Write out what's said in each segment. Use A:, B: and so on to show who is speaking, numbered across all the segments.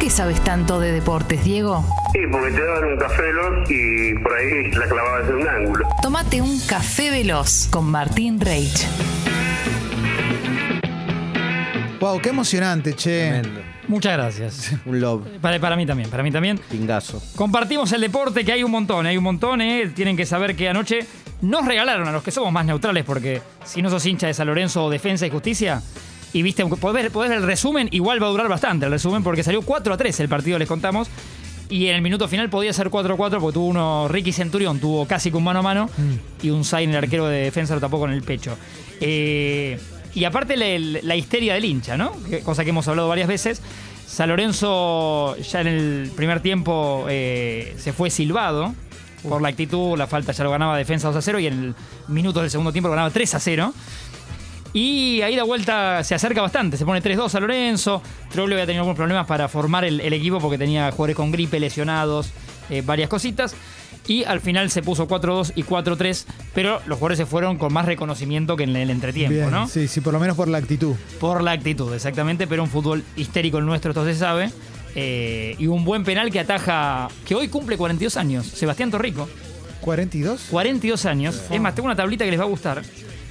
A: qué sabes tanto de deportes, Diego?
B: Sí, porque te daban un café veloz y por ahí la clavabas en un ángulo.
A: Tómate un café veloz con Martín Reich.
C: Wow, qué emocionante, che.
D: Tremendo.
E: Muchas gracias.
D: Un love.
E: Para, para mí también, para mí también.
D: Pingazo.
E: Compartimos el deporte, que hay un montón, hay un montón, ¿eh? Tienen que saber que anoche nos regalaron a los que somos más neutrales, porque si no sos hincha de San Lorenzo o Defensa y Justicia, y viste, podés, podés ver el resumen, igual va a durar bastante el resumen, porque salió 4 a 3 el partido, les contamos. Y en el minuto final podía ser 4 a 4, porque tuvo uno Ricky Centurión, tuvo casi con mano a mano, y un Zayn, el arquero de defensa, lo tapó con el pecho. Eh, y aparte la, la histeria del hincha, ¿no? Que- Cosa que hemos hablado varias veces. San Lorenzo ya en el primer tiempo eh, se fue silbado por la actitud, la falta ya lo ganaba defensa 2 a 0 y en el minutos del segundo tiempo lo ganaba 3 a 0. Y ahí da vuelta, se acerca bastante, se pone 3-2 a Lorenzo. Troglio había tenido algunos problemas para formar el, el equipo porque tenía jugadores con gripe, lesionados, eh, varias cositas. Y al final se puso 4-2 y 4-3, pero los jugadores se fueron con más reconocimiento que en el entretiempo,
C: Bien,
E: ¿no?
C: Sí, sí, por lo menos por la actitud.
E: Por la actitud, exactamente, pero un fútbol histérico el nuestro, esto se sabe. Eh, y un buen penal que ataja, que hoy cumple 42 años, Sebastián Torrico.
C: 42.
E: 42 años. Es más, tengo una tablita que les va a gustar,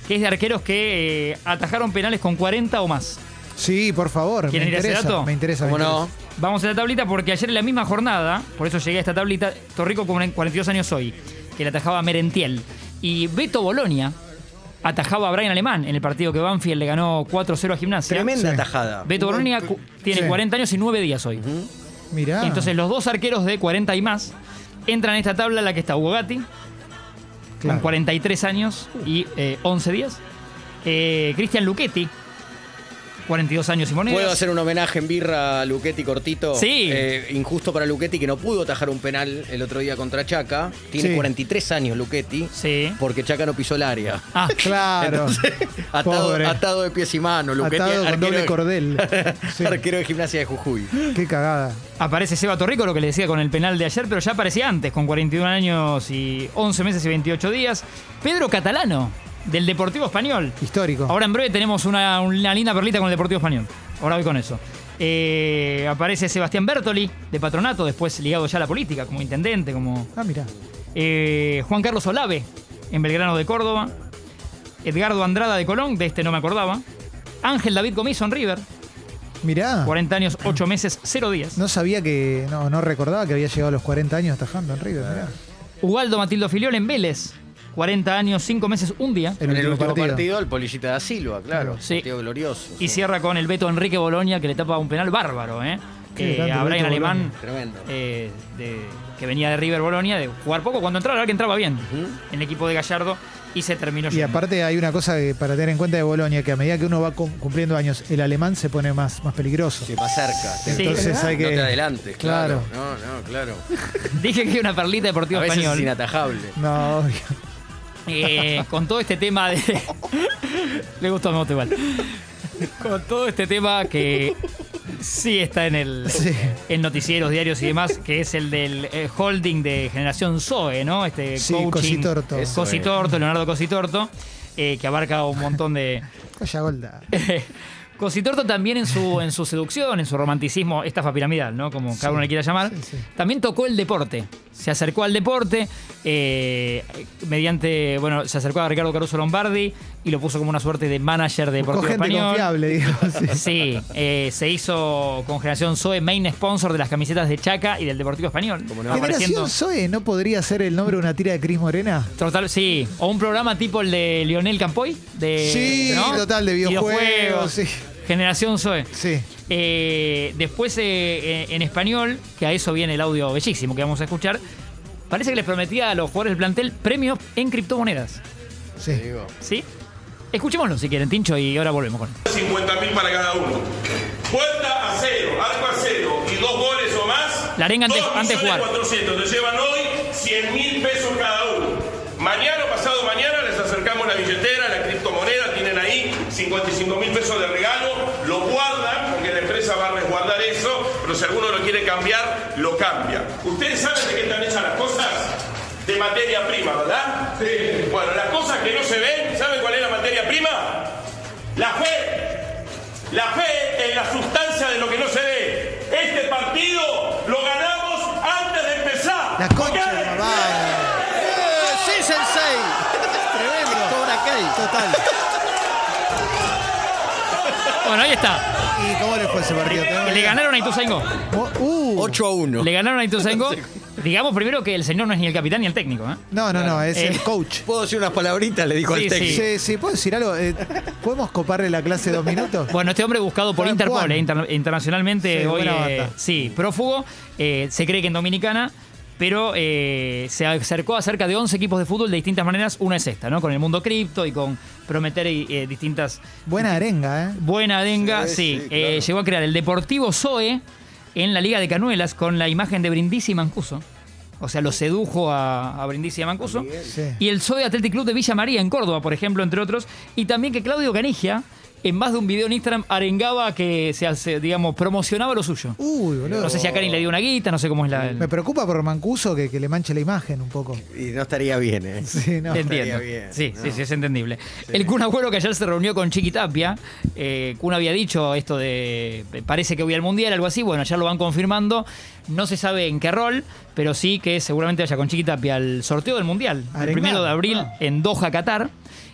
E: que es de arqueros que eh, atajaron penales con 40 o más.
C: Sí, por favor.
E: ¿Quieren
C: me
E: ir a ese
C: interesa,
E: dato?
C: Me interesa.
D: ¿Cómo
C: me
D: no?
C: interesa.
E: Vamos a la tablita porque ayer en la misma jornada, por eso llegué a esta tablita, Torrico con 42 años hoy, que le atajaba a Merentiel. Y Beto Bolonia atajaba a Brian Alemán en el partido que Banfield le ganó 4-0 a Gimnasia.
D: Tremenda
C: Sí.
D: tajada.
E: Beto Bolonia cu- tiene
C: Sí.
E: 40 años y 9 días hoy.
C: Mirá.
E: Entonces los dos arqueros de 40 y más entran en esta tabla en la que está Hugo Gatti, con
C: Claro.
E: 43 años y eh, 11 días. Eh, Cristian Luchetti, 42 años y monedas.
D: ¿Puedo hacer un homenaje en birra a Luchetti cortito?
E: Sí.
D: Eh, injusto para Luchetti que no pudo tajar un penal el otro día contra Chaca. Tiene
C: Sí.
D: 43 años Luchetti.
E: Sí.
D: Porque Chaca no pisó el área.
E: Ah,
C: Claro.
D: Atado,
C: Pobre.
D: atado de pies y manos, Luchetti.
C: Atado con doble cordel. Sí.
D: arquero de gimnasia de Jujuy.
C: Qué cagada.
E: Aparece Seba Torrico, lo que le decía con el penal de ayer, pero ya aparecía antes, con 41 años y 11 meses y 28 días. Pedro Catalano, del Deportivo Español.
C: Histórico.
E: Ahora en breve tenemos una, una linda perlita con el Deportivo Español. Ahora voy con eso. Eh, aparece Sebastián Bertoli, de Patronato, después ligado ya a la política, como intendente, como...
C: Ah, mirá.
E: Eh, Juan Carlos Olave, en Belgrano de Córdoba. Edgardo Andrada de Colón, de este no me acordaba. Ángel David Comiso en River,
C: Mirá.
E: 40 años, 8 meses, 0 días.
C: No sabía que. No, no recordaba que había llegado a los 40 años tajando en River. Mirá.
E: Ubaldo Matildo Filiol en Vélez. 40 años, 5 meses, un día.
C: El
D: en el
C: último
D: último partido.
C: partido.
D: el Polillita da Silva, claro.
E: Sí.
D: Partido glorioso.
E: Y cierra con el Beto Enrique Boloña, que le tapa un penal bárbaro, ¿eh?
C: Qué
E: Eh,
C: grande
E: a Brian
C: Beto
E: Alemán,
C: Boloña.
D: Tremendo.
E: eh, de- que venía de River Bolonia, de jugar poco. Cuando entraba, la verdad que entraba bien en el equipo de Gallardo y se terminó
C: Y
E: yendo.
C: aparte hay una cosa que para tener en cuenta de Bolonia, que a medida que uno va cum- cumpliendo años, el alemán se pone más, más peligroso.
D: Sí, más cerca.
E: Sí.
C: Entonces hay que.
D: No te adelantes, claro.
C: Claro.
D: No, no, claro.
E: Dije que hay una perlita
D: A
E: deportiva
D: veces es
E: español.
D: inatajable.
C: No, obvio.
E: Eh, con todo este tema de. Le gustó a Moto igual. Con todo este tema que sí está en el
C: Sí.
E: en noticieros, diarios y demás, que es el del eh, holding de Generación Zoe, ¿no? Este
C: Sí,
E: coaching.
C: Cositorto.
D: Eso es.
E: Cositorto, Leonardo Cositorto, eh, que abarca un montón de.
C: Calla Golda.
E: Cositorto también en su, en su seducción, en su romanticismo, estafa piramidal, ¿no? Como cada uno le quiera llamar.
C: sí, sí.
E: También tocó el deporte. Se acercó al deporte eh, mediante, bueno, se acercó a Ricardo Caruso Lombardi y lo puso como una suerte de manager de
C: Con
E: deportivo
C: gente
E: español.
C: confiable, digo. Sí.
E: Sí, eh, se hizo con Generación Zoe main sponsor de las camisetas de Chaca y del Deportivo Español.
D: Como no.
C: Generación Zoe no podría ser el nombre de una tira de Cris Morena.
E: Total, sí. O un programa tipo el de Lionel Campoy. De,
C: Sí,
E: ¿no?
C: total, de videojuegos, sí.
E: Generación Zoe.
C: Sí.
E: Eh, después eh, eh, en español, que a eso viene el audio bellísimo que vamos a escuchar, parece que les prometía a los jugadores del plantel premios en criptomonedas.
D: Te
C: Sí.
D: digo.
E: ¿Sí? Escuchémoslo si quieren, Tincho, y ahora volvemos con él.
F: 50 mil para cada uno. Puerta a cero, arco a cero y dos goles o más.
E: La arenga antes-
F: dos
E: antes de
F: millones
E: jugar.
F: 400. Te llevan hoy 100 mil pesos cada uno. Mañana o pasado mañana les acercamos la billetera, la criptomoneda, tienen ahí 55 mil pesos de regalo, lo guardan porque la empresa va a resguardar eso, pero si alguno lo quiere cambiar, lo cambia. ¿Ustedes saben de qué están hechas las cosas? De materia prima, ¿verdad? Sí. Bueno, las cosas que no se ven, ¿saben cuál es la materia prima? La fe. La fe es la sustancia de lo que no se ve. Este partido partido lo ganamos antes de empezar.
G: La concha
F: ¿Ok?
G: de la madre.
D: ¡Sí, Sensei! ¡Tremendo! Cobra Kai.
G: Total.
E: Bueno, ahí está.
G: ¿Y cómo le fue ese partido?
E: Que Le ganaron a Ituzaingó.
G: Uh,
D: 8 a 1.
E: Le ganaron a Ituzaingó. Digamos primero que el señor no es ni el capitán ni el técnico. ¿eh?
C: No, no, no, es
E: Eh.
C: el coach.
D: ¿Puedo decir unas palabritas? Le dijo
E: Sí,
D: al técnico.
E: sí.
C: Sí, sí, ¿puedo decir algo? Eh, ¿Podemos coparle la clase dos minutos?
E: Bueno, este hombre buscado por
C: Juan
E: Interpol,
C: Juan.
E: eh, interna- internacionalmente
C: Sí,
E: hoy
C: buena
E: eh,
C: banda.
E: sí, prófugo, eh, se cree que en Dominicana, pero eh, se acercó a cerca de 11 equipos de fútbol de distintas maneras, una es esta, ¿no? Con el mundo cripto y con prometer eh, distintas
C: Buena arenga, ¿eh?
E: buena arenga, sí, eh, llegó a crear el Deportivo Zoe en la Liga de Canuelas con la imagen de Brindisi y Mancuso. O sea, lo sedujo a, a Brindisi y a Mancuso.
C: Sí.
E: Y el Zoe Athletic Club de Villa María, en Córdoba, por ejemplo, entre otros. Y también que Claudio Canigia, en más de un video en Instagram, arengaba que se hace, digamos, promocionaba lo suyo.
C: Uy, boludo.
E: No sé si a Cani le dio una guita, no sé cómo es la. el-
C: Me preocupa por Mancuso que, que le manche la imagen un poco.
D: Y no estaría bien, ¿eh?
C: Sí, no.
E: Te entiendo.
D: bien,
E: sí, sí, sí, es entendible. El Kun Agüero que ayer se reunió con Chiqui Tapia. eh, Kun había dicho esto de eh, parece que voy al Mundial, algo así. Bueno, ya lo van confirmando. No se sabe en qué rol, pero sí que seguramente vaya con Chiqui Tapia al sorteo del Mundial. El
C: Arengá.
E: primero de abril
C: Ah.
E: en Doha, Qatar.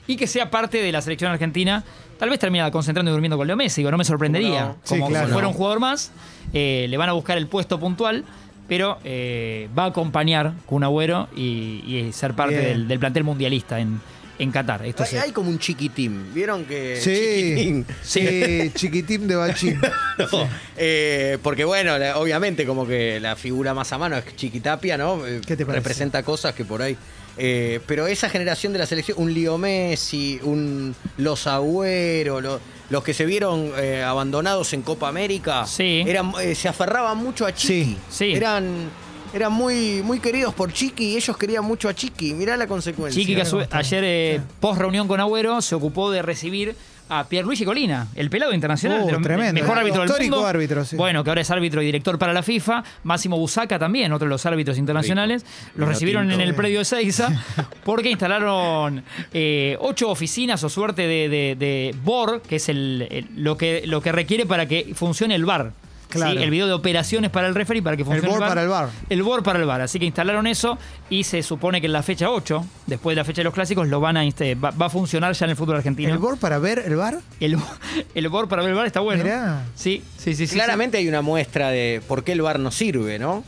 E: Y que sea parte de la selección argentina. Tal vez termina concentrando y durmiendo con Leo Messi. Digo, no me sorprendería.
D: No.
C: Sí,
E: Como
C: claro.
E: si fuera un jugador más, eh, le van a buscar el puesto puntual. Pero eh, va a acompañar Kun Agüero y, y ser parte
C: Bien.
E: del, del plantel mundialista en, en Qatar. Esto
D: Hay,
E: se-
D: hay como un chiquitín. ¿Vieron que
C: Sí,
D: chiquitín?
C: sí, chiquitín de bachín.
D: No, eh, porque bueno, la- obviamente como que la figura más a mano es Chiquitapia, ¿no? Eh,
C: ¿Qué te parece?
D: Representa cosas que por ahí... eh, pero esa generación de la selección, un Leo Messi, un Los Agüero, lo- los que se vieron eh, abandonados en Copa América,
E: Sí.
D: eran, eh, se aferraban mucho a Chiqui.
C: Sí,
E: sí.
D: Eran, eran muy, muy queridos por Chiqui y ellos querían mucho a Chiqui. Mirá la consecuencia.
E: Chiqui que a su- ayer, eh, post reunión con Agüero, se ocupó de recibir a Pierluigi Colina, el pelado internacional,
C: Oh,
E: de los-
C: tremendo.
E: mejor árbitro del
C: Histórico
E: mundo.
C: árbitro, sí.
E: Bueno, que ahora es árbitro y director para la FIFA. Máximo Busaca también, otro de los árbitros internacionales. Los
D: Vino
E: recibieron
D: tinto.
E: en el predio de Seiza porque instalaron eh, ocho oficinas o suerte de, de, de BOR, que es el, el- lo, que, lo que requiere para que funcione el VAR. ¿sí?
C: Claro.
E: El video de operaciones para el referee para que funcione
C: VAR
E: VAR.
C: para el VAR.
E: El BOR para el VAR. Así que instalaron eso y se supone que en la fecha 8, después de la fecha de los clásicos, lo van a inste- va, va a funcionar ya en el fútbol argentino.
C: ¿El bar para ver el bar?
E: El, el BOR para ver el VAR está bueno.
C: Mirá.
E: Sí, sí, sí. sí,
D: Claramente hay una muestra de por qué el bar no sirve, ¿no?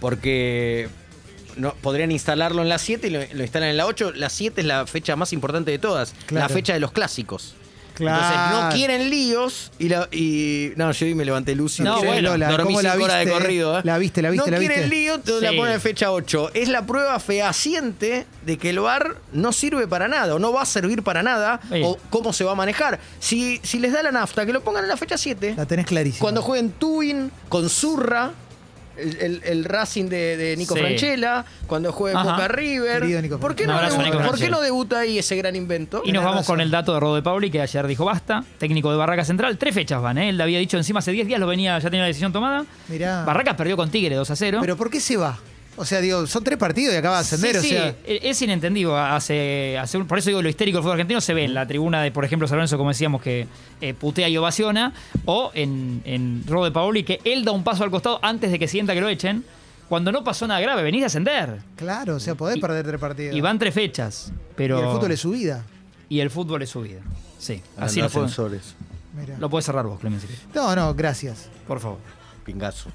D: Porque no, podrían instalarlo en la 7 y lo, lo instalan en la 8. La 7 es la fecha más importante de todas,
C: Claro.
D: la fecha de los clásicos.
C: Claro.
D: Entonces no quieren líos y, la- y- no, yo hoy me levanté luz y
E: No, bueno,
C: Lola,
D: dormí
C: ¿cómo la
D: cinco horas de
C: viste?
D: corrido. ¿eh?
C: La viste, la viste,
D: No
C: la
D: quieren
C: viste.
D: lío, entonces
E: Sí.
D: la ponen en fecha 8. Es la prueba fehaciente de que el bar no sirve para nada o no va a servir para nada
E: Sí.
D: o cómo se va a manejar. Si, si les da la nafta, que lo pongan en la fecha 7.
C: La tenés clarísima.
D: Cuando jueguen Tuin con Zurra, el, el- el Racing de, de Nico
E: Sí.
D: Franchella, cuando juegue
E: Ajá.
D: Boca River.
C: Querido Nico
D: ¿Por qué,
E: Franchella. Un abrazo,
D: no debu-
E: Nico
D: por qué
E: Franchella.
D: no debuta ahí ese gran invento?
E: Y nos vamos
C: razón.
E: con el dato de Rodo de Pauli, que ayer dijo basta, técnico de Barracas Central, tres fechas van, ¿eh? él le había dicho encima hace 10 días, lo venía, ya tenía la decisión tomada.
C: Mirá.
E: Barracas perdió con Tigre 2 a 0.
C: ¿Pero por qué se va? O sea, digo, son tres partidos y acaba de ascender,
E: Sí,
C: o
E: sí,
C: sea.
E: e- es inentendido. Hace, hace un- por eso digo, lo histérico del fútbol argentino se ve en la tribuna de, por ejemplo, San Lorenzo, como decíamos, que eh, putea y ovaciona, o en, en Rodo de Paoli, que él da un paso al costado antes de que sienta que lo echen, cuando no pasó nada grave, venís a ascender.
C: Claro, o sea, podés
E: Y-
C: perder tres partidos.
E: Y van tres fechas,
C: Y
E: pero...
C: el fútbol es su vida.
E: y el fútbol es su vida. Sí, así lo puedo,
D: ascensores.
C: Mirá.
E: lo puedes cerrar vos, Clemencia,
C: No, no, gracias.
E: por favor.
D: Pingazo.